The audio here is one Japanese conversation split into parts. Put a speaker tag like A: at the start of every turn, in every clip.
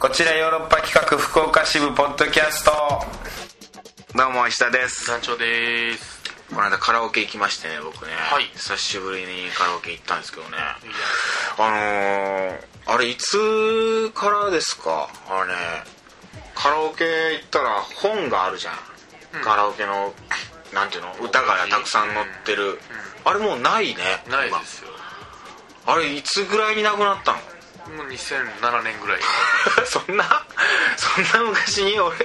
A: こちらヨーロッパ企画福岡支部ポッドキャストどうも石田です
B: 団長です
A: この間カラオケ行きましてね僕ね、
B: はい
A: 久しぶりにカラオケ行ったんですけどね
B: いや
A: あのー、あれいつからですかあれねカラオケ行ったら本があるじゃん、カラオケのなんていうの歌がたくさん載ってる、あれもうないね
B: ないですよ
A: 今あれいつぐらいになくなったの
B: もう2007年ぐらい
A: そんなそんな昔に俺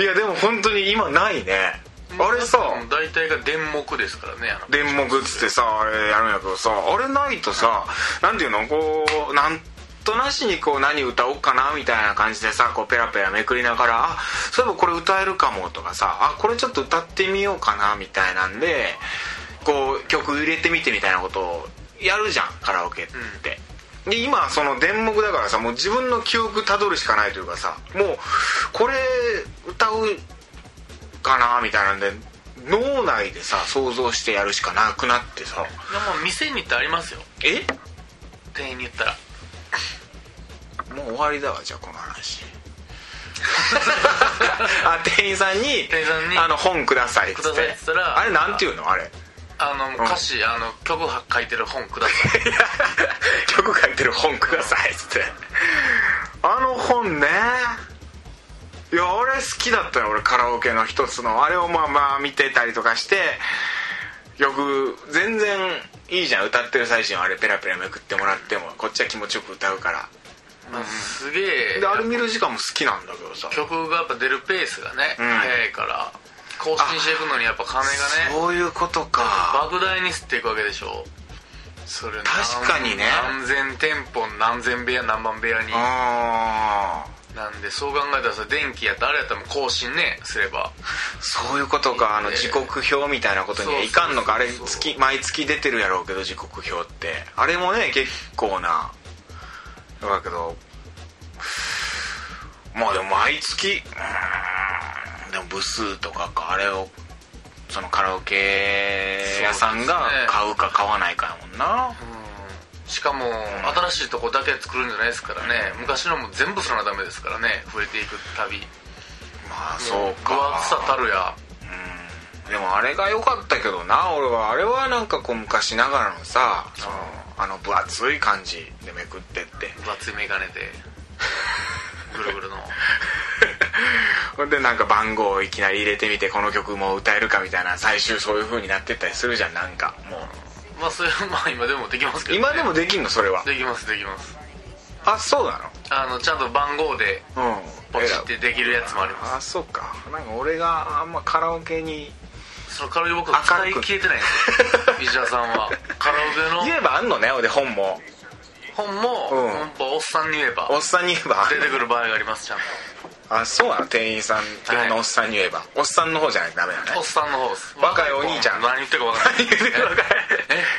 A: いやでも本当に今ないねあれさ、
B: もう大体が電目ですからねあの
A: 電木っつってさあれやるんやけどさあれないとさなんていうのこうなんとなしにこう何歌おうかなみたいな感じでさこうペラペラめくりながらあそういえばこれ歌えるかもとかさあこれちょっと歌ってみようかなみたいなんでこう曲入れてみてみたいなことをやるじゃんカラオケって。で今その電目だからさもう自分の記憶たどるしかないというかさもうこれ歌うかなみたいなんで脳内でさ想像してやるしかなくなってさ
B: でももう店に行ってありますよ
A: え
B: 店員に言ったら
A: もう終わりだわじゃあこの話 あ店員さんに
B: 店員さんに
A: あの本くださいっつって
B: くださいっつったら
A: あれなんていうのあれ
B: あのもう歌詞、あの曲書いてる本ください
A: 曲書いてる本くださいっつってあの本ねいや俺好きだったよ俺カラオケの一つのあれをまあまあ見てたりとかしてよく全然いいじゃん歌ってる最中にあれペラペラめくってもらってもこっちは気持ちよく歌うから
B: まあすげえ
A: であれ見る時間も好きなんだけどさ
B: 曲がやっぱ出るペースがね、
A: うん
B: 早いから更新していくのにやっぱ金がね
A: そういうことか
B: 莫大に吸っていくわけでしょそれ
A: 確かにね
B: 何千店舗何千部屋何万部屋に
A: ああ
B: なんでそう考えたらさ電気やったらあれやったらもう更新ねすれば
A: そういうことかあの
B: ええ
A: 時刻表みたいなことにはいかんのかあ
B: そ
A: れ
B: うそうそうそう
A: 月毎月出てるやろうけど時刻表ってあれもね結構なだけどまあでも毎月うーんでも部数とかかあれをそのカラオケ屋さんが買うか買わないかやもんな
B: うんしかも新しいとこだけ作るんじゃないですからね昔のも全部そらダメですからね増えていくたび
A: まあそう
B: 分厚さ
A: か
B: たるや
A: でもあれが良かったけどな俺はあれはなんかこう昔ながらのさそのあの分厚い感じでめくってって
B: 分厚い眼鏡 でぐるぐるの
A: ほんでなんか番号をいきなり入れてみてこの曲も歌えるかみたいな最終そういう風になってったりするじゃんなんかも
B: まあそれはまあ今でもできますけ
A: う
B: ど、ね、
A: 今でもできんのそれは
B: できますできます
A: あそうな
B: あのちゃんと番号で
A: のうん
B: ポチってできるやつもあります
A: あそうかなんか俺があんまカラオケに
B: そのカラオケ僕は期待消えてない んですよ石田さんはカラオケ
A: 言
B: の
A: えばあんのね俺本も
B: 本も、
A: うん
B: やっぱおっさんに言えば
A: おっさんに言えばあん
B: 出
A: の
B: てくる場合がありますちゃん
A: あそうなの店員さん店員のおっさんに言えばおっさんの方じゃないとダメだね
B: とおっさんの方です
A: 若いお兄ちゃん
B: 何言ってるか分かんない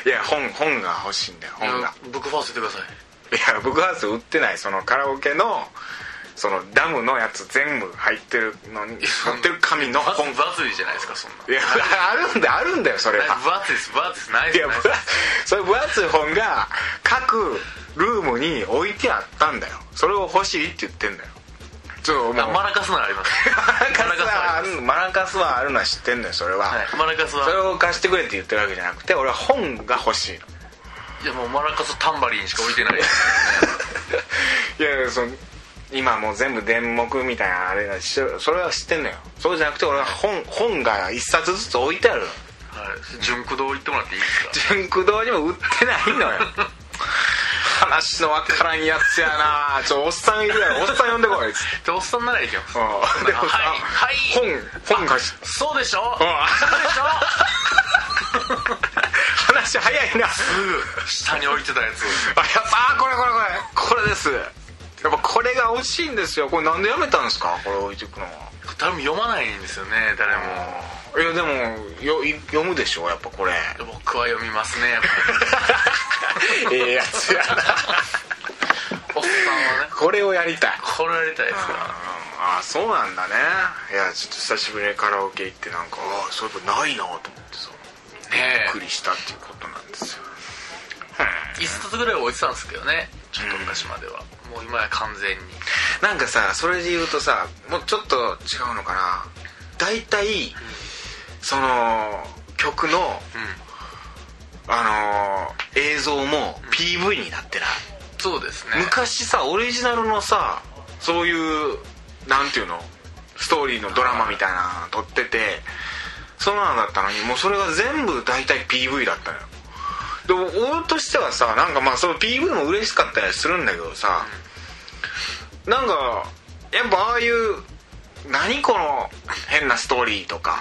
A: いや本本が欲しいんだよ本が
B: いやブックファースト言ってください
A: いやブックハウス売ってないそのカラオケのそのダムのやつ全部入ってるのに
B: そ
A: 入
B: んな
A: ってる紙の
B: 分
A: 本い
B: 厚いじゃないですかそんな
A: やあるんだあるんだよそれは
B: 分厚いです分厚いですない
A: い
B: です
A: や
B: ない
A: 分厚それ分厚い本が各ルームに置いてあったんだよそれを欲しいって言ってんだよちょっともうマ
B: マラカスならあります
A: ラカ
B: マラ
A: ス
B: カスは
A: は
B: あ
A: あ
B: りま
A: るマラカスはあるのは知ってんだよそれは、
B: すはいマラカス
A: それ
B: は
A: を貸してくれって言ってるわけじゃなくて俺は本が欲しいの
B: いやもうマラカスとタンバリンしか置いてないです
A: いやいやその今もう全部電目みたいなあれだしそれは知ってんのよそうじゃなくて俺は本本が一冊ずつ置いてあるの
B: はい純駆動行ってもらっていいですか
A: 純駆堂にも売ってないのよ 話のわからんやつやなちょおっさんいるやろおっさん呼んで こいっつって
B: でおっさんなら行きます
A: うんでもさ
B: はい
A: 本本貸し
B: そうでしょ
A: うん
B: そうでしょ
A: 話早いな
B: すぐ下に置いてたやつ
A: あやっぱあこれこれこれこれですやっぱこれが欲しいんですよこれなんでやめたんですかこれ置いてくのは
B: 誰も読まないんですよね誰も
A: いやでもよい読むでしょやっぱこれ
B: 僕は読みますねやっ ぱ
A: ええやつやな
B: りおっさんはね
A: これをやりたい
B: こられたいですから
A: ああそうなんだねいやちょっと久しぶりにカラオケ行ってなんかああそういえばないなと思ってさ
B: ね
A: びっくりしたっていうことなんですよ
B: え一冊ぐらいは置いてたんですけどねちょっと昔までは、もう今や完全に
A: なんかさそれで言うとさもうちょっと違うのかな大体その曲の
B: うん
A: あのー映像も PV になってな
B: そうです
A: い
B: ね
A: 昔さオリジナルのさそういうなんていうのストーリーのドラマみたいなの撮っててそんなのだったのにもうそれが全部大体 PV だったのよでも俺としてはさなんかまあその PV も嬉しかったりするんだけどさ、なんかやっぱああいう何この変なストーリーとか、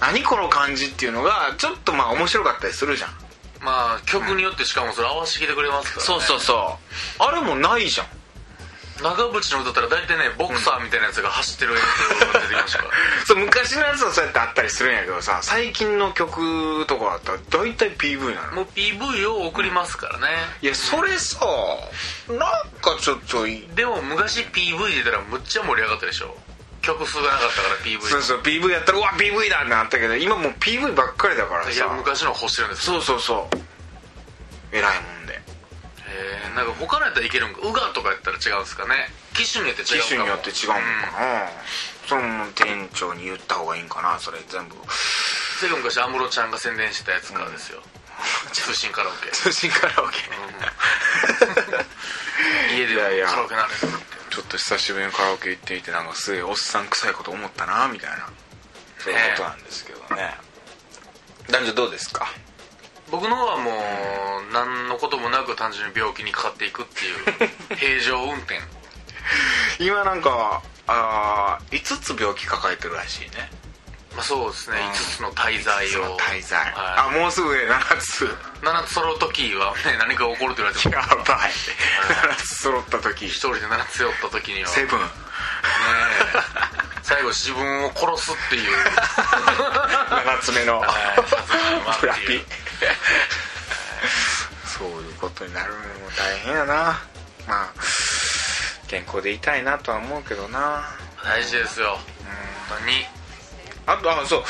A: 何この感じっていうのがちょっとまあ面白かったりするじゃん
B: まあ曲によってしかもそれ合わせてきてくれますから、ね、
A: そうそうそうあれもないじゃん
B: 長渕の歌だったら大体ねボクサーみたいなやつが走ってる映像が出てきましたから、
A: そう昔のやつはそうやってあったりするんやけどさ最近の曲とかだったら大体 PV なの
B: もう PV を送りますからね、
A: いやそれさなんかちょっといい
B: でも昔 PV 出たらむっちゃ盛り上がったでしょ曲数がなかったから PV
A: そうそう PV やったらうわ PV だってなったけど今もう PV ばっかりだから
B: いや
A: さ
B: 昔の欲してるんですよ
A: そうそうそう偉いもんで
B: へえなんか他のやったらいけるんかウガとかやったら違うんですかね機種によって違う
A: 機
B: か
A: 種
B: も
A: によって違うのかな、それも店長に言った方がいいんかなそれ全部
B: それが昔安室ちゃんが宣伝してたやつからですよ、通信カラオケ
A: 通信カラオケ、
B: 家 で
A: いやいや
B: カラオケなる
A: ちょっと久しぶりにカラオケ行ってみてなんかすげえおっさん臭いこと思ったなみたいなそういうことなんですけどね男女どうですか
B: 僕の方はもう何のこともなく単純に病気にかかってい くっていう平常運転
A: 今なんかあー5つ病気抱えてるらしいね
B: まあそうですね
A: うん
B: 5つの滞在
A: その
B: を
A: 滞在、
B: は
A: あもうすぐで7つ
B: い、7つ揃う時はね何か起こると言われても
A: やばい7つ揃った時
B: 一人で7つ寄った時には
A: セブン
B: ねえ最後自分を殺すってい う
A: 7つ目の
B: はい
A: プラピそういうことになるのも大変やなまあ健康でいたいなとは思うけどな
B: 大事ですよ本当に
A: あとあそう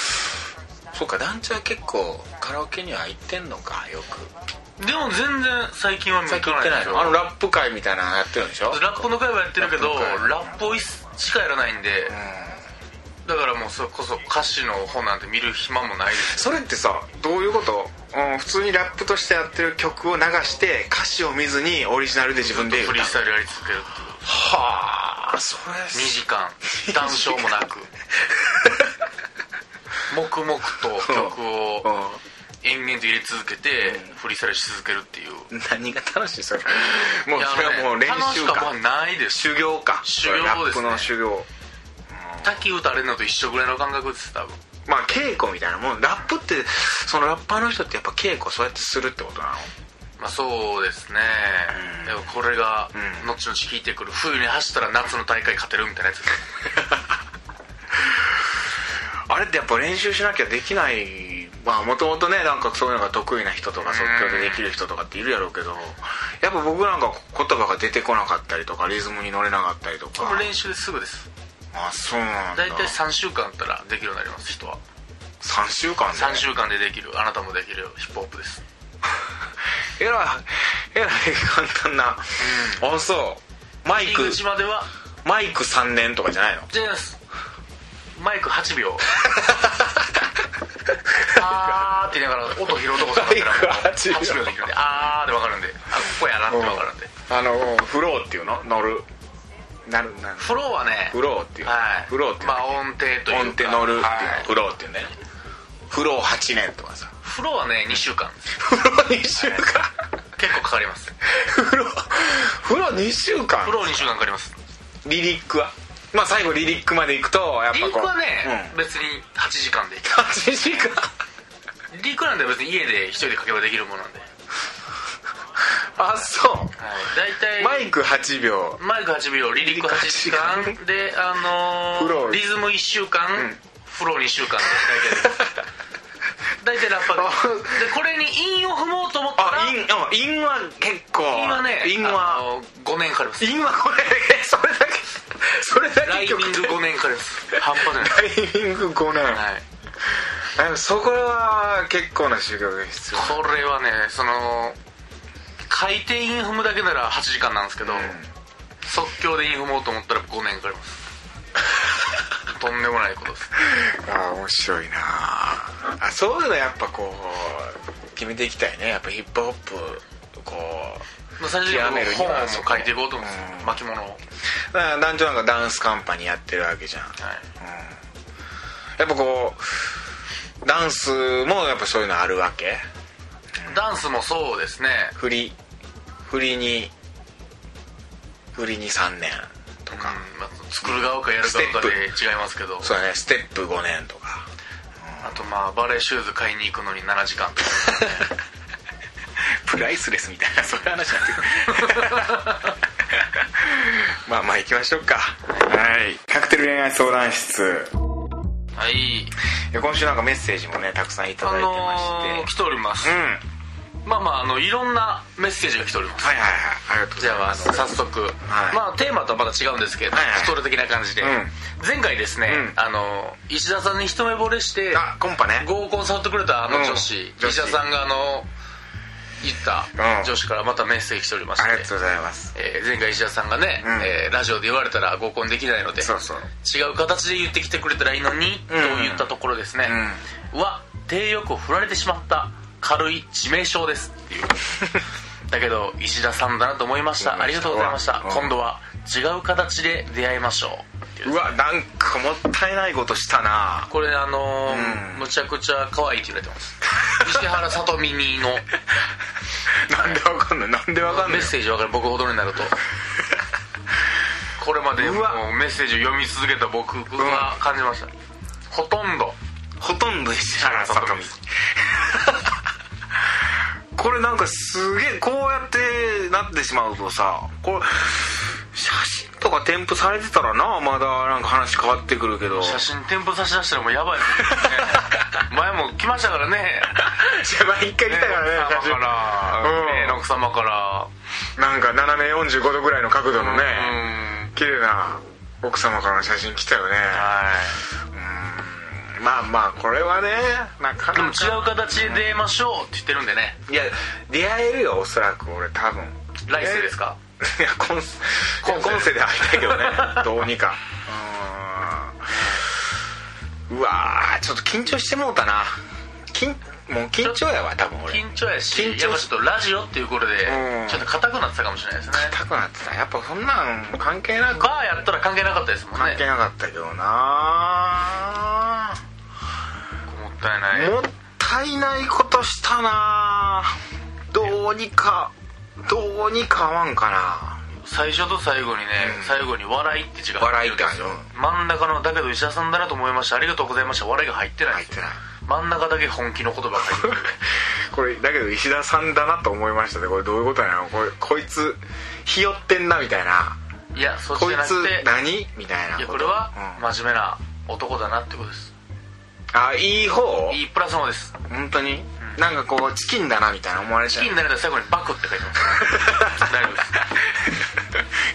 A: そうか団地は結構カラオケには行ってんのかよく
B: でも全然最近は見
A: 最
B: に
A: 近
B: 行
A: 行って
B: かない
A: ない
B: でし
A: の
B: ょ
A: あのラップ会みたいなのやってるんでしょ
B: ラップの会はやってるけど
A: ラップの会
B: ラップを一しかやらないんでだからもうそれこそ歌詞の本なんて見る暇もないです
A: それってさどういうこと、うん、普通にラップとしてやってる曲を流して歌詞を見ずにオリジナルで自分で
B: フリースタイルやり続けるっ
A: はあそれ
B: ていう2時 間談笑もなく黙々と曲を延々と入れ続けてフリースタイルし続けるっていう
A: うん何が楽しいそれもう
B: いや
A: それはもう練
B: 楽し
A: 習
B: かも
A: か
B: はないです
A: 修行か
B: 修行ですね
A: ラップの修行
B: 滝打たれるのと一緒ぐらいの感覚です多分
A: まあ稽古みたいなもんラップってそのラッパーの人ってやっぱ稽古そうやってするってことなの
B: まあそうですね、
A: うん
B: でもこれが
A: うん
B: 後々効いてくる冬に走ったら夏の大会勝てるみたいなやつです
A: あれってやっぱ練習しなきゃできないまあもともとねなんかそういうのが得意な人とか即興でできる人とかっているやろうけどやっぱ僕なんか言葉が出てこなかったりとかリズムに乗れなかったりと
B: こ
A: か
B: れ練習ですぐです
A: あそうなんだ
B: 大体3週間あったらできるようになります人は
A: 3週間で
B: 3週間でできるあなたもできるヒップホップです
A: えらいえらい簡単な、あそうマイ
B: 入
A: ク
B: り口までは
A: マイク3年とかじゃないの
B: じゃあマイク8秒 あーって言いながら音拾うとこ探ったらもう
A: マイク8秒
B: 8秒できるんであーで分かるんであここやなって分かるんで
A: あのフローっていうの乗るなるなる
B: フローはね
A: フローっていう、
B: はい
A: フローっていうの
B: まあ音程というか
A: 音程乗るっていうの、
B: はい
A: フローっていうねフロー8年とかさ
B: フローはね2週間です
A: 風呂2週間
B: 結構かかります
A: 風呂風呂2週間
B: フロー2週間かかります
A: リリックはまあ最後リリックまで行くとやっぱ
B: リ
A: こう
B: ークはね、別に8時間でいい
A: うん、8時間
B: リークなんて別に家で一人で書けばできるものなんで、
A: あそう
B: はい、大体
A: マイク8秒
B: マイク8秒リリック8時間
A: リリック8
B: であ
A: フロ
B: の
A: ー
B: ー、リズム1週間、フロー2週間で 大体大体ラッパーででこれに韻を踏もうと思ったら
A: あインあインは結構
B: 韻はね
A: インは
B: 5年かかります
A: インはこれそれだけ それだ
B: ライ
A: け
B: ミン
A: 曲
B: グ5年かかります半端じゃない
A: タイミング5年、
B: はい
A: あでもそこは結構な修行が必要
B: これはねその書いてインフムだけなら8時間なんですけど、
A: うん
B: 即興でインフムをと思ったら5年かかります とんでもないことです
A: ああ面白いなあそういうのやっぱこう決めていきたいねやっぱヒップホップこう
B: まあ最初に
A: 極めるに
B: 本を
A: は
B: 書いていこうと思うんですよ
A: うん
B: 巻物を、はい、
A: だから男女なんかダンスカンパニーやってるわけじゃんやっぱこうダンスもやっぱそういうのあるわけ
B: ダンスもそうですね
A: 振り振りに振りに3年とか、
B: うんまあ、作る側かやる側かで違いますけど
A: そうだねステップ5年とか
B: あとまあバレーシューズ買いに行くのに7時間とか
A: プライスレスみたいなそういう話になってくる まあまあ行きましょうかはいカクテル恋愛相談室
B: はい
A: いや今週なんかメッセージもねたくさんいただい
B: あ
A: てまして、
B: のー、来ております、
A: うん
B: まあまああのいろんなメッセージが来ております
A: はいはいはいありがとうご
B: じ
A: ざい
B: ゃあ、
A: ま
B: あ
A: す
B: の早速、
A: はい
B: まあテーマとはまた違うんですけど、
A: はいはい
B: ストーリー的な感じで、
A: うん
B: 前回ですね、
A: うん
B: あの石田さんに一目惚れして
A: あコンパね
B: 合コン誘ってくれたあの女子、
A: うん女子
B: 石田さんがあの言った
A: うん
B: 女子からまたメッセージ来ておりまし
A: あ
B: て
A: りがとうございます
B: えー前回石田さんがね、
A: うん
B: えーラジオで言われたら合コンできないので
A: そうそう
B: 違う形で言ってきてくれたらいいのに、と言ったところですね、うわ低欲を振られてしまった軽い致命傷ですっていう だけど石田さんだなと思いました
A: 思
B: あ
A: いま
B: り
A: し
B: が
A: た
B: とうございました
A: うわうん
B: 今度は違う形で出会いましょうっていう
A: うわなんかもったいないことしたな
B: これあのー
A: うん
B: むちゃくちゃ可愛いって言われてます石原さとみにの
A: なんでわかんないなんでわかんな
B: メ
A: い
B: ッセージ分かる僕ほどに なるとこれまでも
A: うわ
B: うメッセージを読み続けた僕は感じました、ほとんど
A: ほとんど石原さとみ これなんかすげえこうやってなってしまうとさこれ写真とか添付されてたらなまだなんか話変わってくるけど
B: 写 真添付差し出したらもうや ばいですね前も来ましたからね
A: 写真一回来たからね
B: 奥
A: 写
B: 様
A: 真
B: から、
A: うん
B: 例の奥様から
A: なんか斜め45度ぐらいの角度のね、
B: うん
A: 綺麗な奥様からの写真来たよね
B: はい
A: うんまあまあこれはねなか
B: でも
A: なか
B: 違う形で出ましょうって言ってるんでね
A: いや出会えるよおそらく俺多分
B: 来世ですか
A: いや今世
B: 今世
A: 今世で会いたいけど ねどうにかうーんうわーちょっと緊張してもうたな緊もう緊張やわ多分俺
B: 緊張やし
A: 緊張し
B: やっぱちょっとラジオっていうことで
A: うん
B: ちょっと硬くなってたかもしれないですね
A: たくなってたやっぱそんなん関係なく
B: バーやったら関係なかったですもん
A: 関係
B: ね
A: なかったけどな
B: もったいない
A: もったいないことしたなどうにかどうにか合わんかな
B: 最初と最後にね、
A: うん
B: 最後に「笑い」って字がるんですよ
A: 笑いって
B: 真ん中の「だけど石田さんだなと思いましたありがとうございました」笑いが入ってないん
A: 入っ
B: です
A: て
B: よ
A: ない
B: 真ん中だけ本気の言葉が入ってる
A: これだけど石田さんだなと思いましたねこれどういうことなのこれこいつひよってんなみたいない
B: やそっち
A: こい
B: じゃな
A: つ
B: くて
A: 何みたいないい
B: やこれは
A: うん
B: 真面目な男だなってことです
A: あいい方
B: いいプラスのです
A: 本当になんかこうチキンだなみたいな思われちゃう
B: 金になれたら最後に「バク」って書いてます 大丈夫です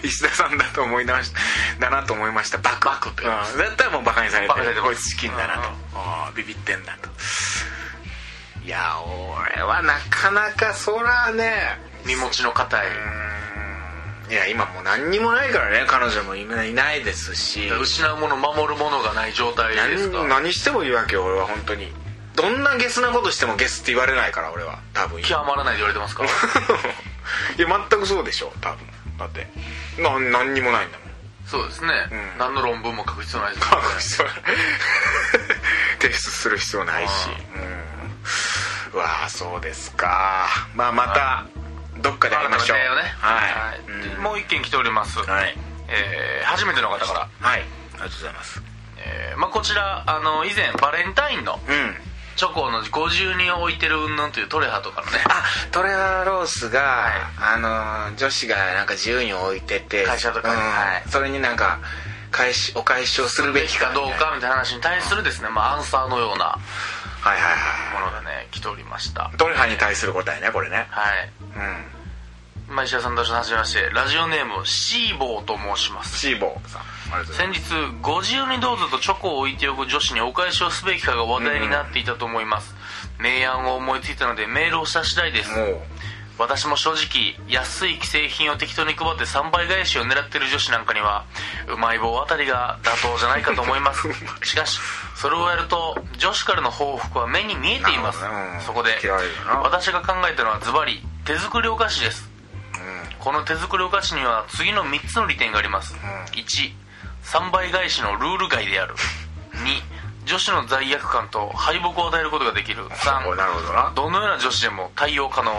A: 石田さんだと思いましただなと思いましたバク
B: バクって
A: うん、だったらもうバカにされて
B: バカにされてます
A: こいつチキンだなと
B: うん
A: あービビってんだといや俺はなかなかそらね
B: 身持ちの硬い、
A: いや今もう何にもないからね彼女も今いないですし
B: 失うもの守るものがない状態ですか
A: 何何してもいいわけよ俺は本当にどんなゲスなことしてもゲスって言われないから俺は多分今
B: 極まらないって言われてますか
A: いや全くそうでしょ多分だってな何にもないんだもん
B: そうですね、
A: うん
B: 何の論文も書く必要ないです
A: 書
B: もん
A: く必要ない 提出する必要ないしうんうわあそうですかまあまたどっかで会いましょう
B: 新たな出会いをね
A: は
B: はいい
A: うん
B: もう一件来ております、
A: はい
B: えー初めての方から、
A: はいありがとうございます
B: えーまあ、こちらあの以前バレンタインの
A: うん
B: チョコの50人を置いてるうんぬんというトレハとかのね
A: あトレアロースが、あのー女子がなんか自由に置いてて
B: 会社とかに
A: うん
B: はい
A: それになんか返しお返しをするべ
B: べ
A: き
B: き
A: か
B: かどうかみたいな話に対するですね、まあ、アンサーのような
A: はいはいは
B: ものがね来ておりました
A: いトレハに対する答えねこれね
B: はい
A: うん
B: まあ石田さんとはじめましてラジオネームシーボーと申します
A: シーボーさんありがとうござい
B: 先日50にどうぞとチョコを置いておく女子にお返しをすべきかが話題になっていたと思います、明暗を思いついたのでメールをした次第です
A: ますもう
B: 私も正直安い既製品を適当に配って3倍返しを狙ってる女子なんかにはうまい棒あたりが妥当じゃないかと思います しかしそれをやると女子からの報復は目に見えています、
A: なるほどねうん
B: そこで
A: 嫌いだな
B: 私が考えたのはズバリ手作りお菓子ですこの手作りお菓子には次の3つの利点があります、13倍返しのルール外である2女子の罪悪感と敗北を与えることができる
A: お
B: 3
A: なるほどな
B: どのような女子でも対応可能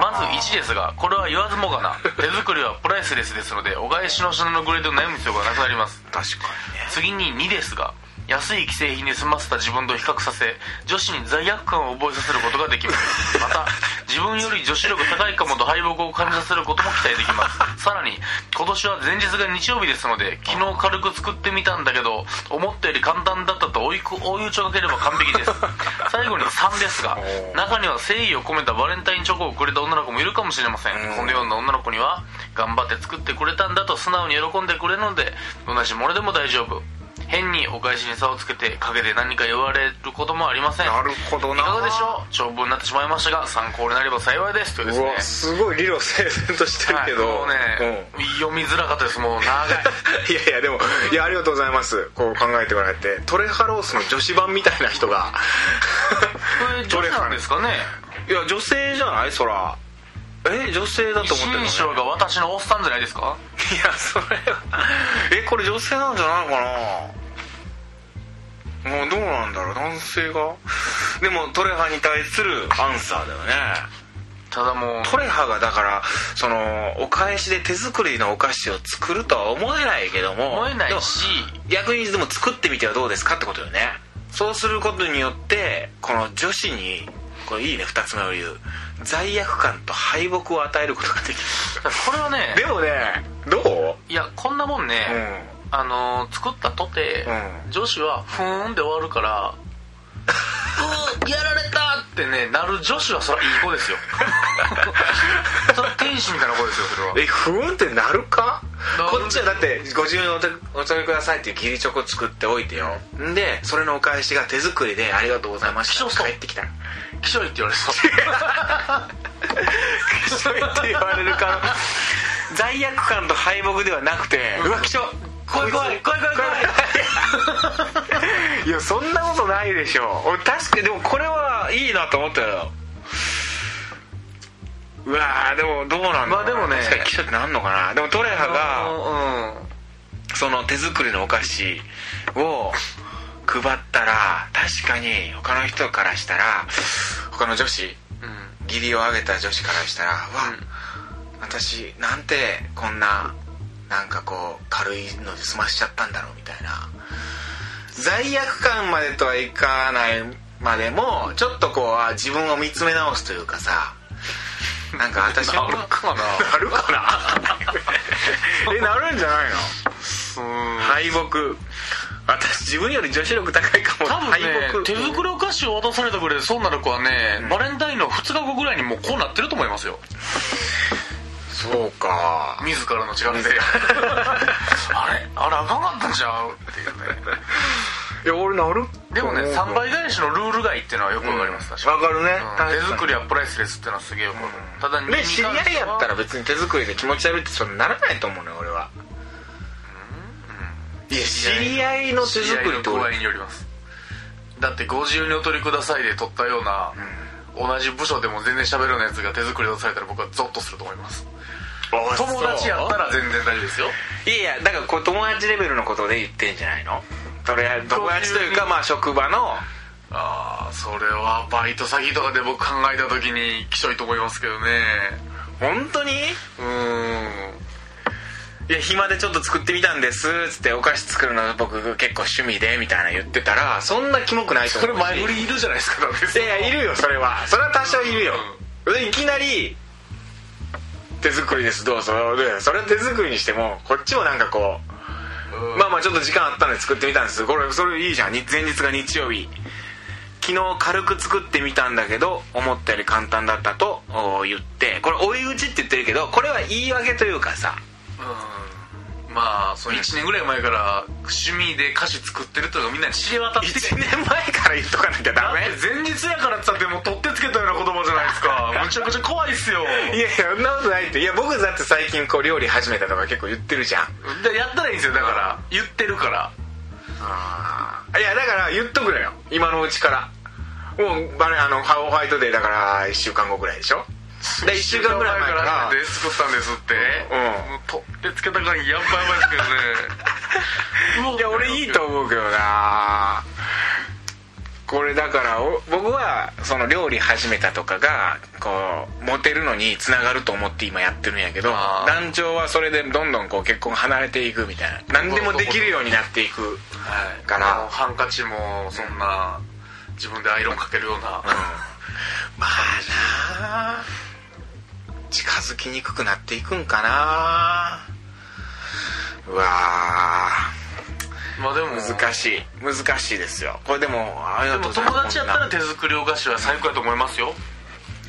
B: まず1ですがこれは言わずもがな手作りはプライスレスですのでお返しの品のグレードに悩む必要がなくなります
A: 確かにね
B: 次に2ですが安い既製品で済ませた自分と比較させ女子に罪悪感を覚えさせることができますまた自分より女子力高いかもと敗北を感じさせることも期待できますさらに今年は前日が日曜日ですので昨日軽く作ってみたんだけど思ったより簡単だったと追いく追い打ちをかければ完璧です最後に3です
A: お
B: が
A: ー
B: 中には誠意を込めたバレンタインチョコをくれた女の子もいるかもしれません
A: うん
B: このような女の子には頑張って作ってくれたんだと素直に喜んでくれるので同じものでも大丈夫変にお返しに差をつけて陰で何か言われることもありませんい
A: な
B: か
A: るほどな
B: がでしょう長文になってしまいましたが参考になれば幸いですというです
A: うわ
B: ね
A: すごい理路整然としてるけど、
B: はいもうね、読みづらかったですも う長い
A: うんいやいやでもいやありがとうございますこう考えてもらってトレハロースの女子版みたいな人が
B: これ女子なんですかね
A: いや女性じゃないそらえ女性だと思ってるの、
B: 新
A: ね、
B: 章が私のおっさんじゃないですか
A: いやそれはえこれ女性なんじゃないかなもうどうなんだろう男性がでもトレハに対するアンサーだよね
B: ただもう
A: トレハがだからそのお返しで手作りのお菓子を作るとは思えないけども
B: 思えな
A: で
B: い
A: も
B: し
A: 逆にでも作ってみてはどうですかってことよねそうすることによってこの女子にこれいいね2つ目を言う罪悪感と敗北を与えることができる
B: これはね
A: でもねどう
B: いやこんなもんね、あのー作ったとて、
A: うん
B: 女子はふーんで終わるから「うーやられた!」ってねなる女子はそれはいい子ですよそれは天使みたいな子ですよそれは
A: え不運ってなるか
B: なる
A: こっちはだってご自由にお手お食べくださいっていう義理チョコ作っておいてよんでそれのお返しが手作りでありがとうございました
B: そうそう
A: 帰ってきた
B: 「きしょい」って言われそう
A: きしょいって言われるか罪悪感と敗北ではなくてうわきしょ
B: 怖い怖い怖い怖い怖い
A: いやそんなことないでしょ俺確かにでもこれはいいなと思ったようわーでもどうなんだろうな
B: まあでもね
A: 確かにきしょってなんのかなでもトレハが
B: あの
A: その手作りのお菓子を配ったら確かに他の人からしたら他の女子
B: ーうん、うん、
A: 義理を挙げた女子からしたら「わ、私なんてこんななんかこう軽いので済ましちゃったんだろう」みたいな罪悪感までとはいかないまでもちょっとこうあ自分を見つめ直すというかさ なんか私は
B: なるかな
A: なるかな えなるんじゃないの
B: うん
A: 敗北私自分より女子力高いかも
B: 多分ね
A: 敗北
B: 手作りお菓子を渡されたぐらいでそうなる子はね、バレンタインの2日後ぐらいにもうこうなってると思いますよ
A: そうか
B: 自らの力で あれあれあかんかったんちゃうっていうね
A: いや俺なる
B: でもね
A: うん
B: 3倍返しのルール外っていうのはよくわかります、確か
A: わかるね
B: に、うん手作りはプライスレスっていうのはすげえよくわかる、ただ
A: ね知り合いやったら
B: ら
A: 別に手作りで気持ち悪いってそんなならないと思うね俺は、いや知り合いの手
B: 知り合い
A: 作り
B: の
A: って
B: 具合
A: 俺
B: によりますだってご自由にお取りくださいで取ったような、同じ部署でも全然喋るようなやつが手作り出されたら僕はゾッとすると思います友達やったら全然大丈夫ですよ
A: いやいやだからこう友達レベルのことで言ってんじゃないのとりあえず友達という
B: こうい
A: か
B: う
A: まあ職場の
B: ああそれはバイト先とかで僕考えた時にきしょいと思いますけどね
A: 本当に
B: うーん
A: いや暇でちょっと作ってみたんですつってお菓子作るの僕結構趣味でみたいな言ってたらそんなキモくないと
B: そ
A: 思う
B: れ
A: し
B: 前振りいるじゃないですかだって
A: いやいやいるよそれはそれは多少いるよ、いきなり「手作りですどうぞ」でそれは手作りにしてもこっちもなんかこう、まあまあちょっと時間あったので作ってみたんですこれそれいいじゃんに前日が日曜日昨日軽く作ってみたんだけど思ったより簡単だったとお言ってこれ追い打ちって言ってるけどこれは言い訳というかさ
B: うまあその1年ぐらい前から趣味で歌詞作ってるっていうのがみんなに知れ渡ってきて
A: 1年前から言っとかなきゃダ
B: だ
A: メ
B: って前日やからって言ったらもう取ってつけたような言葉じゃないです かむちゃくちゃ怖いっすよ
A: いやいやそんなことないっていや僕だって最近こう料理始めたとか結構言ってるじゃん
B: でやったらいいんですよだから言ってるから
A: あーいやだから言っとくのよ今のうちからもうあれあのホワイトデーだから1週間後ぐらいでしょで1週間ぐらい前から
B: で作ったんですって、
A: うん
B: もう取ってつけた感じやばいやばいですけどね
A: いや俺いいと思うけどなこれだからお僕はその料理始めたとかがこうモテるのにつながると思って今やってるんやけど
B: あー
A: 男女はそれでどんどんこう結婚離れていくみたいな何でもできるようになっていく
B: はい
A: かな
B: あのハンカチもそんな自分でアイロンかけるような、
A: まあな近づきにくくなっていくんかなうわ
B: まあでも
A: ー難しい難しいですよこれでもあり
B: で
A: がとう
B: も
A: ござい
B: 友
A: ます
B: 達やったら手作りお菓子は最高やと思いますよ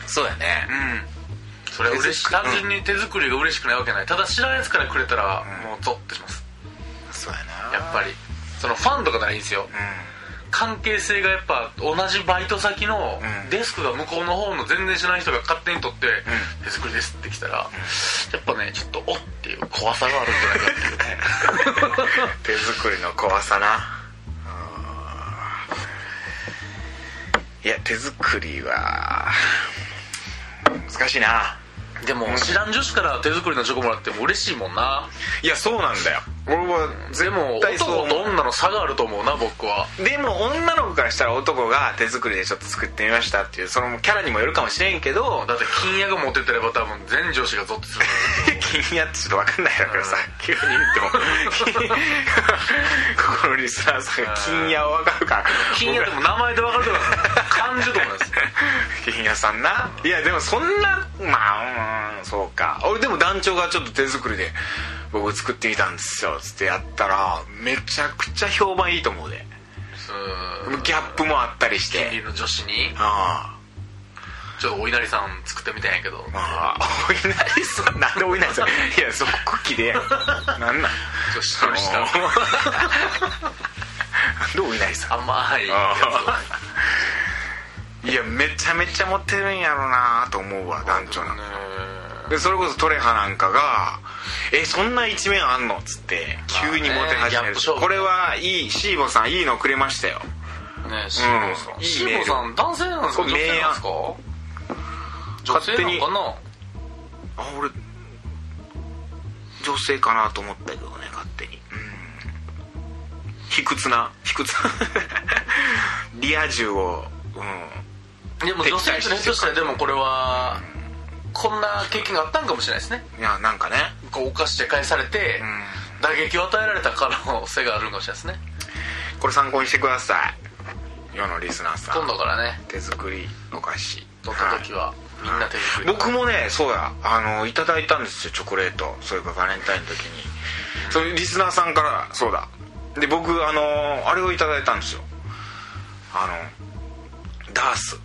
A: そうやね
B: うんそれは嬉しい
A: 手作
B: 単
A: り
B: 純に手作りが嬉しくないわけないただ知らないやつからくれたらもうゾッてします
A: そうやな
B: やっぱりそのファンとかならいいんですよ関係性がやっぱ同じバイト先の
A: うん
B: デスクが向こうの方の全然知らない人が勝手に取って「手作りです」って来たらやっぱねちょっと「おっ」っていう怖さがあるんじゃないかっていうね
A: うん手作りの怖さなうんいや手作りは難しいな
B: でも知らん女子から手作りのチョコもらっても嬉しいもんない
A: やそうなんだよ俺は
B: でも
A: 対そう思
B: 男
A: う
B: と女の差があると思うな僕は
A: でも女の子からしたら男が手作りでちょっと作ってみましたっていうそのキャラにもよるかもしれんけど
B: だって金屋が持ってってれば多分全女子がゾッとす る
A: 気になってちょっと分かんないだからさ急に言っても このリスナーさんが金屋は分かるから
B: 金屋でも名前で分かると思います感じると思います
A: 金屋さんないやでもそんなまあうんそうか俺でも団長がちょっと手作りで僕作ってみたんですよつってやったらめちゃくちゃ評判いいと思うで
B: うーん
A: ギャップもあったりし
B: 金
A: て
B: 利の女子に
A: あ
B: 「ちょっとお稲荷さん作ってみたんやけど」
A: あああお稲荷さんなんでお稲荷さんいやそこ切れやんなんなん
B: 女子とした
A: どうお稲荷さん
B: 甘いや
A: いやめちゃめちゃモテるんやろうなと思うわ団
B: つ
A: 長なんか
B: ね
A: でそれこそトレハなんかが「えそんな一面あんの?」っつって急にモテ始
B: まあねギャップ
A: める、
B: 勝負
A: これはいいシーボさんいいのくれましたよ
B: ねシーボさ
A: うんん
B: シーボさん男性なんですか
A: こ
B: 女
A: れ
B: 性なんですか女性
A: 勝手に
B: なのか
A: あ俺女性かなと思ったけどね勝手にうん卑屈な卑屈 なリア充をうん
B: なでも女性とねひょっとしたらでもこれはこんな経験があったんかもしれないですね
A: いやなんかね
B: こう犯して返されて、
A: うん
B: 打撃を与えられた可能性があるんかもしれないですね
A: これ参考にしてください世のリスナーさ
B: 今
A: ん
B: 度からね
A: 手作りお菓子
B: 取った時は、みんな手作り
A: 僕もねそうやあのいただいたんですよチョコレートそういえばバレンタインの時にそれリスナーさんからそうだで僕あのあれをいただいたんですよあのダース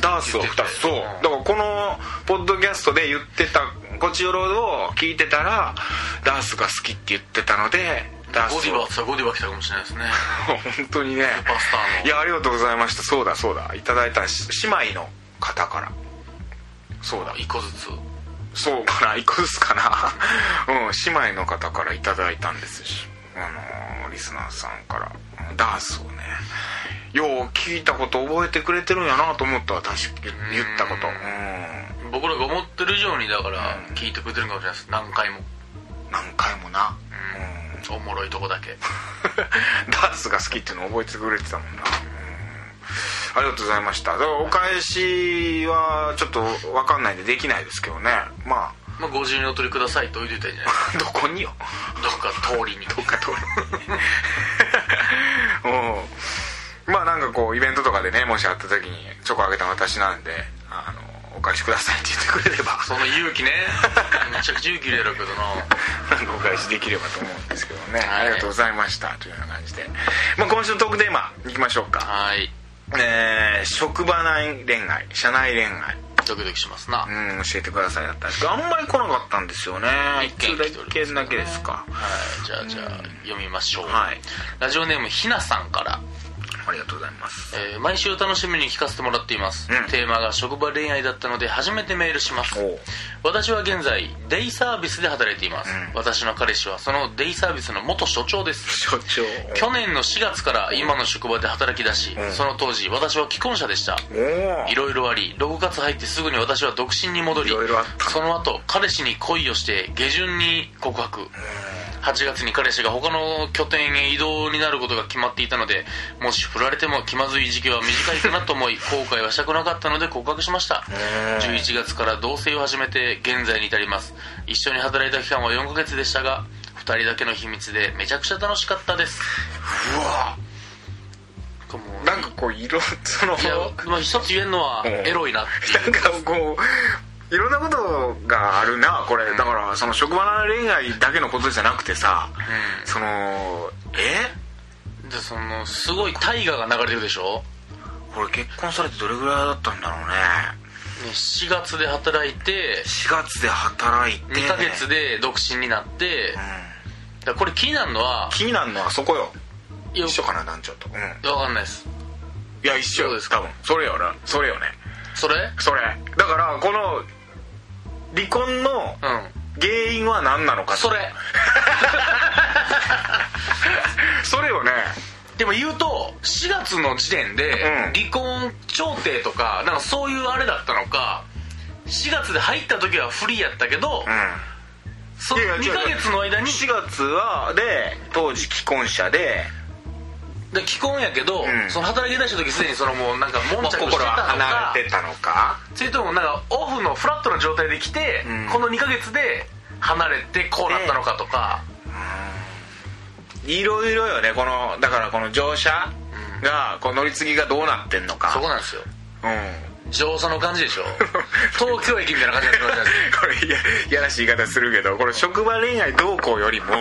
A: ダースを2つそうだからこのポッドキャストで言ってたこちよろを聞いてたらダースが好きって言ってたのでダースを
B: ゴディバ来たらゴディバ来たかもしれないですね
A: 本当にね
B: ーパースターの
A: いやありがとうございましたそうだそうだいただいたし姉妹の方からそうだ
B: 一個ずつ
A: そうかな、いくつかな。 うん、姉妹の方からいただいたんですし、あのーリスナーさんから、ダースをね、よう聞いたこと覚えてくれてるんやなと思ったわ、確か言ったこと。う
B: 僕らが思ってる以上にだから聞いてくれてるかもしれないです何回も
A: ん、何回もな。うん
B: おもろいとこだけ
A: ダースが好きっていうの覚えてくれてたもんな、うんありがとうございましただからお返しはちょっと分かんないんでできないですけどねま
B: まあご自由にお取りくださいと言ってたんじゃな いですか
A: あ どこによ
B: どっか通りに
A: どっか通 るうんまあなんかこうイベントとかでねもし会った時にチョコあげたの私なんであのお返しくださいって言ってくれれば
B: その勇気ねめちゃくちゃ勇気いれるけどな
A: なんかお返しできればと思うんですけどね、
B: はい
A: ありがとうございましたというような感じで、まあ、今週のトークテーマいきましょうか
B: はい
A: えー職場内恋愛社内恋愛
B: ドキドキしますな、はい
A: うん教えてくださいだったんですけどあんまり来なかったんですよね
B: 一件
A: 一通だけ一件だけですか
B: じゃあじゃあ読みましょう、
A: はい
B: ラジオネームひなさんから、
A: ありがとうございます
B: えー毎週楽しみに聞かせてもらっています、
A: うん
B: テーマが職場恋愛だったので初めてメールします
A: おう
B: 私は現在デイサービスで働いています、
A: うん
B: 私の彼氏はそのデイサービスの元所長です
A: 所長
B: 去年の4月から今の職場で働き出し、
A: うん
B: その当時私は既婚者でした
A: おお
B: いろいろあり6月入ってすぐに私は独身に戻り
A: いろいろあった
B: その後彼氏に恋をして下旬に告白8月に彼氏が他の拠点へ移動になることが決まっていたのでもし振られても気まずい時期は短いかなと思い 後悔はしたくなかったので告白しました
A: へー
B: 11月から同棲を始めて現在に至ります一緒に働いた期間は4ヶ月でしたが2人だけの秘密でめちゃくちゃ楽しかったです
A: うわ
B: これもう
A: なんかこう色 その
B: いや、まあ、一つ言えるのは
A: うん
B: エロいなっていう
A: なんかこういろんなことがあるなこれだからその職場の恋愛だけのことじゃなくてさ、
B: うん
A: そのえ
B: でそのすごい大河が流れてるでしょ、
A: これ結婚されてどれぐらいだったんだろうね
B: ね、7月で働いて
A: 4月で働いて
B: 2ヶ月で独身になって
A: うん
B: だからこれ気になるのは
A: 気になるのはそこよ
B: よ
A: 一緒かな団長と、うん、い
B: わかんないです
A: や一緒
B: そう
A: よ
B: ですか
A: 多分それよなそれよね
B: それ
A: それだからこの離婚の
B: うん
A: 原因は何なのかと
B: それ
A: それよね
B: でも言うと4月の時点で
A: うん
B: 離婚調停とかなんかそういうあれだったのか4月で入った時はフリーやったけど、
A: うん
B: その
A: いやいや違
B: 2
A: う
B: ヶ月の間に
A: 4月はで当時既婚者で
B: で既婚やけど、
A: うん
B: その働き出した時すでにそのもうなんか悶着してたの
A: 心は
B: か
A: 離れてたのか
B: それともなんかオフのフラットな状態で来て、
A: うん
B: この2ヶ月で離れてこうなったのかとか、
A: いろいろよねこのだからこの乗車がこう乗り継ぎがどうなってんのか
B: そこなんですよ
A: うん
B: 乗車の感じでしょ東京駅みたいな感じになっ てるじゃないですか
A: これいやいやらしい言い方するけどこれ職場恋愛どうこうよりも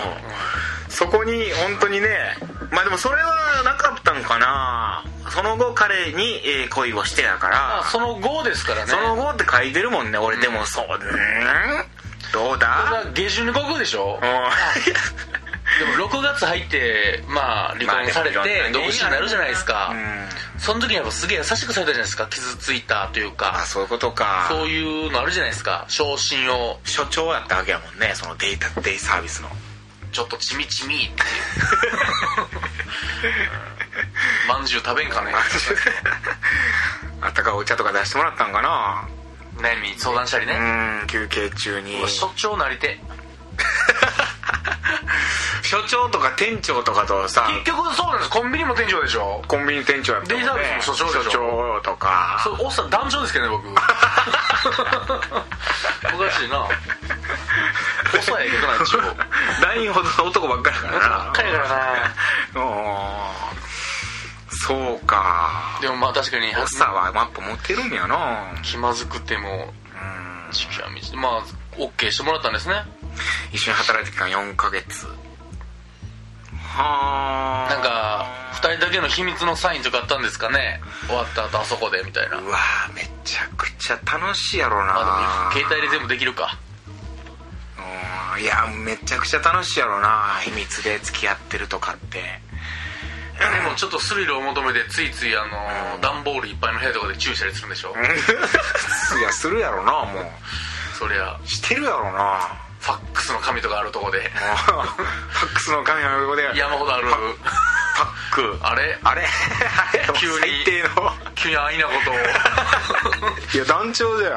A: そこに本当にねまあでもそれはなかったのかなその後彼にえー恋をしてやか
B: まあ
A: ら
B: その後ですからね
A: その後って書いてるもんね俺でもそううんどうだ
B: だから下旬に告白でし ょ、でも6月入ってまあ離婚されて
A: まあでもいろんな
B: 独身になるじゃないですか、
A: うん
B: その時にやっぱすげえ優しくされたじゃないですか傷ついたというか
A: あそういうことか
B: そういうのあるじゃないですか昇進を
A: 所長やったわけやもんねそのデータデイサービ スの
B: ちょっとちみち みっていう うんまんじゅう食べんかね
A: あったかいお茶とか出してもらったんかな
B: 悩み相談したりね、
A: うん休憩中に
B: うわ所長なりて
A: 所長とか店長とかとさ
B: 結局そうなんですコンビニも店長でしょ
A: コンビニ店長やったもんね
B: デイサービスも所長でし
A: 所
B: ょ
A: 長とか
B: それおっさん団長ですけどね 僕おかしいなおっさんやけどな一応
A: LINE ほどの男ばっかりだからな
B: ばっかりやから
A: うんそうか
B: なでもまあ確かに
A: おっさんはマップ持ってるんやな
B: 気まずくても
A: うん
B: 近道まあ OK してもらったんですね
A: 一緒に働いた期間4ヶ月はあ
B: なんか2人だけの秘密のサインとかあったんですかね終わった後あそこでみたいな
A: うわーめちゃくちゃ楽しいやろうな、
B: まあでも携帯で全部できるか
A: うんいやめちゃくちゃ楽しいやろうな秘密で付き合ってるとか って
B: でもちょっとスリルを求めてついついあの段ボールいっぱいの部屋とかで注意したりするんでしょ
A: うんいやするやろうなもう
B: そりゃ
A: してるやろうな
B: ファックスの紙とかあるとこで
A: もうファックスの神の横で
B: 山ほどあ る
A: パック
B: あれ
A: あれあれ
B: 急に
A: 最低の
B: 急に安易なことを
A: いや団長じゃん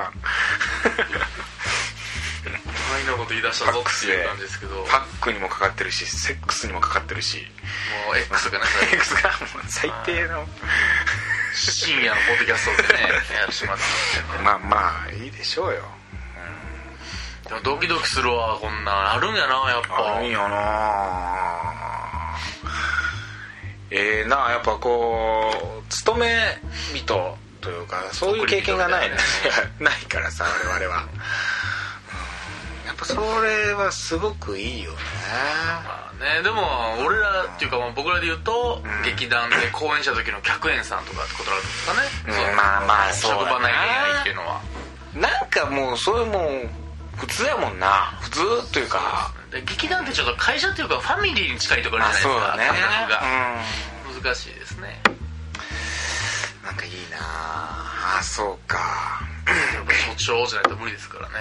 B: 安易なこと言い出したぞっていう感じですけどもう
A: パックにもかかってるしセックスにもかかってるし
B: X とかね
A: セックスがもう最低の
B: 深夜のポッドキャストでねやってしまった
A: まあまあいいでしょうよ
B: でもドキドキするわこんなんあるんやなやっぱ
A: あるんやなええなやっぱこう勤め人というかそういう経験がないね ないからさ我々はうんやっぱそれはすごくいいよね
B: まあねでも俺らっていうかまあ僕らで言うと、
A: ん
B: 劇団で公演した時の客演さんとかってことなんですかね、
A: うんまあまあそう
B: 職
A: だな
B: 場内恋愛っていうのは
A: なんかもうそれもう普通やもんな普通というか
B: で劇団ってちょっと会社というかファミリーに近いところじゃ
A: あ
B: ないです
A: そう
B: か
A: だね
B: 感覚が、
A: う
B: 難しいですね
A: んなんかいいなああそうか
B: やっぱ所長じゃないと無理ですからね、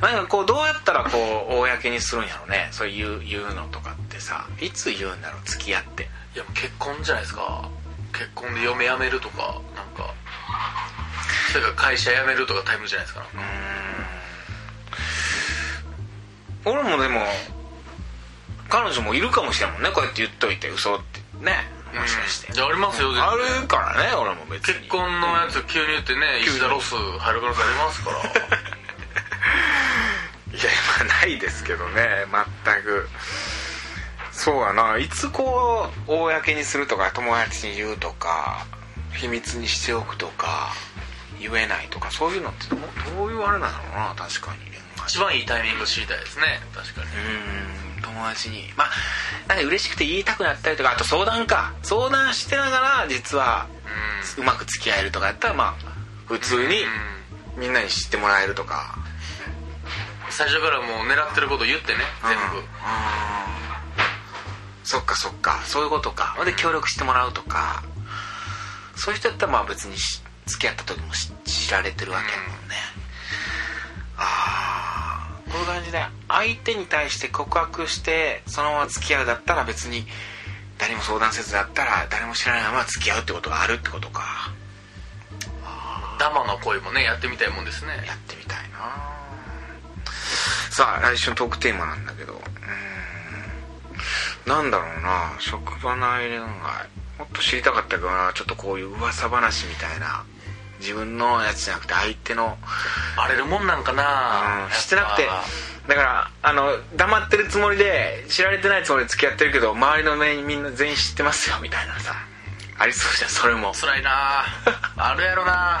A: なんかこうどうやったらこう公にするんやろうねそういう言うのとかってさいつ言うんだろう付き合って
B: いやもう結婚じゃないですか結婚で嫁辞めるとかなんかそれから会社辞めるとかタイムじゃないですかなんか
A: 俺もでも彼女もいるかもしれんもんねこうやって言っといて嘘ってねもしかして、
B: うんいやありますよ全然
A: あるからね俺も別に
B: 結婚のやつ急に言ってね
A: 急に
B: 石田ロス入る可能性ありますから
A: いやまあないですけどね全くそうやないつこう公にするとか友達に言うとか秘密にしておくとか言えないとかそういうのってどうどういうあれなんだろうな確かに
B: 一番いいタイミング知りたいですね確かに
A: うーん友達にまあなんか嬉しくて言いたくなったりとかあと相談か相談してながら実は
B: う
A: うまく付き合えるとかやったらまあ普通に
B: ん、
A: みんなに知ってもらえるとか
B: 最初からもう狙ってること言ってね全
A: う
B: 部
A: ん、そっかそっかそういうことかほんで協力してもらうとかそういう人やったらまあ別にし付き合った時もし知られてるわけやもんね、ああこういう感じで相手に対して告白してそのまま付き合うだったら別に誰も相談せずだったら誰も知らないまま付き合うってことがあるってことか
B: ダマの恋もねやってみたいもんですね
A: やってみたいなさあ来週のトークテーマなんだけどうーんなんだろうな職場内恋愛もっと知りたかったけどなちょっとこういう噂話みたいな自分のやつじゃなくて相手の、
B: バレるもんなんかな、
A: うん、してなくてだからあの黙ってるつもりで知られてないつもりで付き合ってるけど周りの目にみんな全員知ってますよみたいなさありそうじゃんそれも
B: 辛いなあるや ろなわ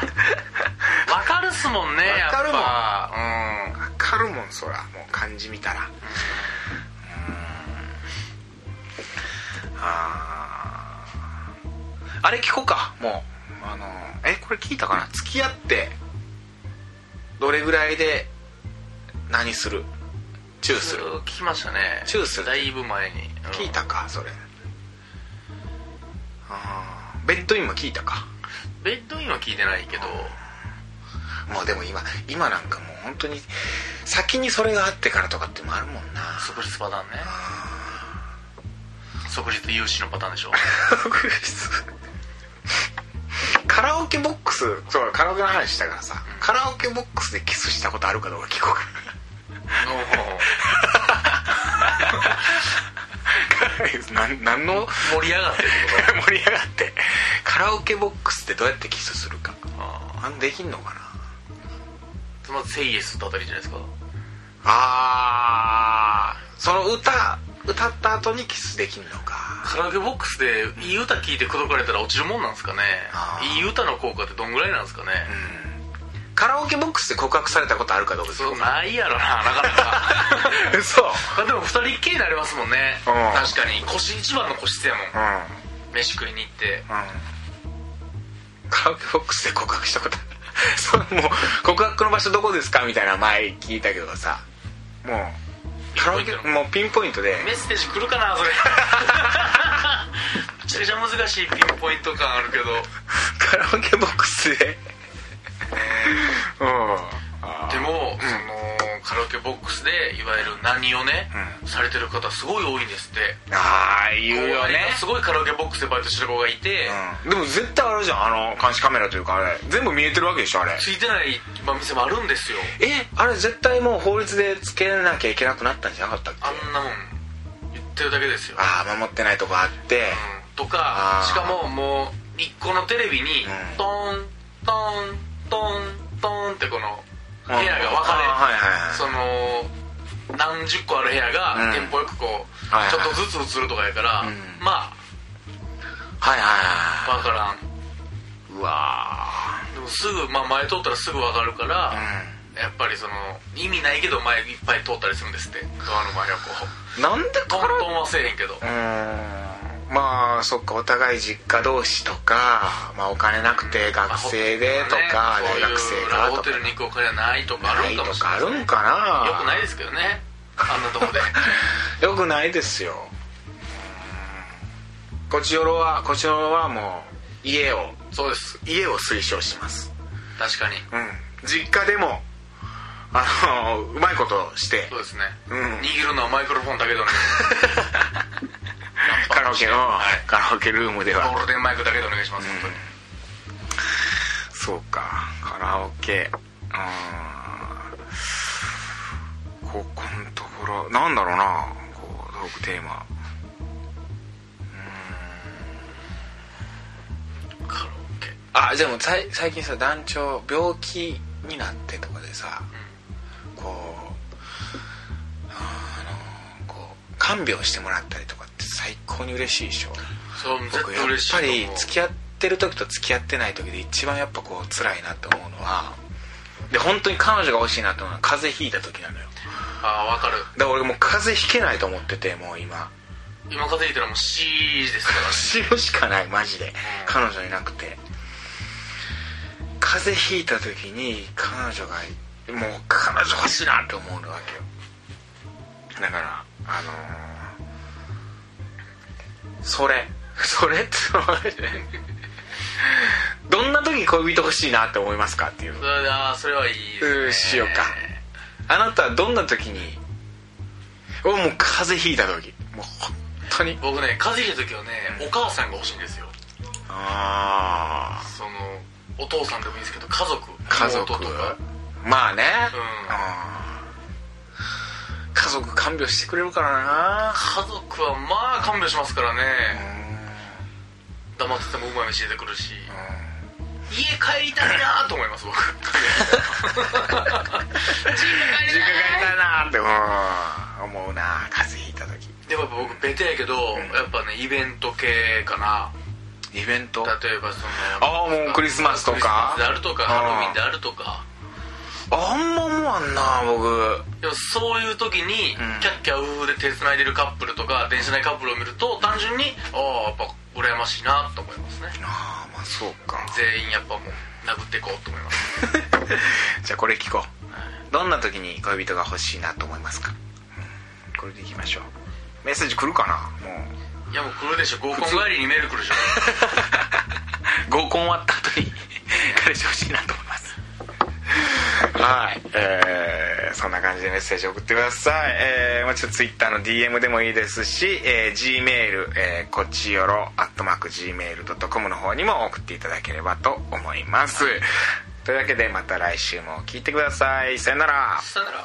B: かるっすもんねやっぱ
A: わかるもん
B: うん
A: わかるもんそらもう漢字見たらうんあーあれ聞こうかもうあのえこれ聞いたかな付き合ってどれぐらいで何するチューする
B: 聞きましたね
A: チューする
B: だいぶ前に
A: 聞いたかそれあーベッドインも聞いたか
B: うんベッドインは聞いてないけど
A: もうでも今今なんかもう本当に先にそれがあってからとかってもあるもんな
B: 即日パターンね即日融資のパターン でしょ
A: 特別カラオケボックスそうカラオケの話したからさカラオケボックスでキスしたことあるかどうか聞こうか
B: の
A: ななん何の
B: 盛り上がってる
A: 盛り上がってカラオケボックスでどうやってキスするか
B: とか
A: あんできんのかな
B: まず「セイエス」だったりじゃないですか
A: あーその歌歌った後にキスできんのか
B: カラオケボックスでいい歌聞いて口説かれたら落ちるもんなんですかね
A: あー
B: いい歌の効果ってどんぐらいなんですかね、
A: カラオケボックスで告白されたことあるかどうか聞
B: そ
A: こ
B: うないやろな なかなか
A: う 嘘
B: あでも二人っきりになりますもんね
A: うん
B: 確かに腰一番の個室やもん
A: うんうん
B: 飯食いに行って
A: カラオケボックスで告白したことあ るそれもう告白の場所どこですかみたいな前聞いたけどさもうカラオ
B: ピンポイント
A: ケもうピンポイントで
B: メッセージ来るか なそれめちゃくちゃ難しいピンポイント感あるけど
A: カラオケボックスでうんあ
B: でも、そのカラオケボックスでいわゆる何をね、されてる方すごい多いんですって
A: あー言うよね
B: こうすごいカラオケボックスでバイトしてる子がいて、
A: うんでも絶対あれじゃんあの監視カメラというかあれ全部見えてるわけでしょあれ
B: ついてないまあ店もあるんですよ
A: えあれ絶対もう法律でつけなきゃいけなくなったんじゃなかったっけ
B: あんなもん言ってるだけですよ、
A: ああ守ってないとこあって、
B: とか
A: あー
B: しかももう一個のテレビに、
A: うん
B: トントントントンってこの部屋が分
A: あー
B: か
A: はいはいはい
B: れその何十個ある部屋
A: う
B: が
A: ん
B: テンポよくこう
A: はいはい
B: ちょっとずつ映るとかやから
A: うん
B: ま
A: はいはい
B: あ
A: は
B: 分から
A: い
B: ん
A: うわ
B: でもすぐまあ前通ったらすぐ分かるから
A: う
B: やっぱりその意味ないけど前いっぱい通ったりするんですってドアの前をこう
A: んなんで
B: ト
A: カ
B: ン
A: ラ
B: トンはせえへんけど
A: うーんまあそっかお互い実家同士とか、まあ、お金なくて学生でとか、
B: まあ
A: 大学生が
B: そういうホ
A: と
B: テルに行くお金はないとかあ
A: かな
B: るん
A: い
B: かも
A: と
B: しれ
A: か
B: な
A: あ
B: い
A: るんかな
B: よくないですけどねあんなと こで
A: よくないですよこちよろはこちよろはもう家を
B: そうです
A: 家を推奨します
B: 確かに
A: うん実家でもあのうまいことして
B: そうですね、
A: うん
B: 握るのはマイクロフォンだけどね
A: カラオケの、
B: はい
A: カラオケルームで
B: ゴー
A: は
B: ルデンマイクだけでお願いします、本当に
A: そうかカラオケうんここのところなんだろうなこうトークテーマ
B: カラオケ
A: あでもさい最近さ団長病気になってとかでさ、こうあのこう看病してもらったりとかって最高に嬉しいでしょ
B: そう絶
A: 僕や
B: 対
A: っ
B: 嬉しい
A: ぱ
B: と思う
A: り付き合ってる時と付き合ってない時で一番やっぱこう辛いなと思うのはで本当に彼女が欲しいなと思うのは風邪ひいた時なのよ
B: ああわかる
A: だから俺もう風邪ひけないと思っててもう今
B: 今風邪ひいたらもう C ですからね
A: 死ぬしかないマジで彼女いなくて風邪ひいた時に彼女がもう彼女欲しいなって思うわけよだからあのーそれ それってマジでどんな時恋人欲しいなって思いますかっていう
B: それあーそれはいいです
A: う
B: ね
A: ーしようかあなたはどんな時におもう風邪ひいた時もう本当に
B: 僕ね風邪ひいた時はねお母さんが欲しいんですよ
A: ああ
B: そのお父さんでもいいですけど家族
A: 家族
B: 妹とか
A: まあね、
B: うん
A: うん家族看病してくれるからな
B: 家族はまあ看病しますからね黙っててもうまい飯出てくるし家帰りたいなと思い ます僕
A: 実家帰りたいなってうん思うな風邪ひいた時
B: でもやっぱ僕ベテやけどやっぱねイベント系かな
A: イベント
B: 例えばその
A: あーもうクリスマスとか
B: クリスマスであるとか
A: うん
B: ハロウィンであるとか
A: あんま思わんな僕
B: でもそういう時に
A: ん
B: キャッキャウフフで手繋いでるカップルとか電車内カップルを見ると単純にああやっぱ羨ましいなと思いますね
A: ああまあそうか
B: 全員やっぱもう殴っていこうと思います
A: じゃあこれ聞こうどんな時に恋人が欲しいなと思いますかうんこれでいきましょうメッセージ来るかなもう
B: いやもう来るでしょ合コン帰りにメール来るでしょ
A: 合コン終わった後に彼氏欲しいなと思いますはいえー、そんな感じでメッセージ送ってくださいえー、もうちょっと Twitter の DM でもいいですし、えー、Gmail、えー、こっちよろ atmacgmail.com の方にも送っていただければと思いますというわけでまた来週も聞いてくださいさよなら
B: そしたなら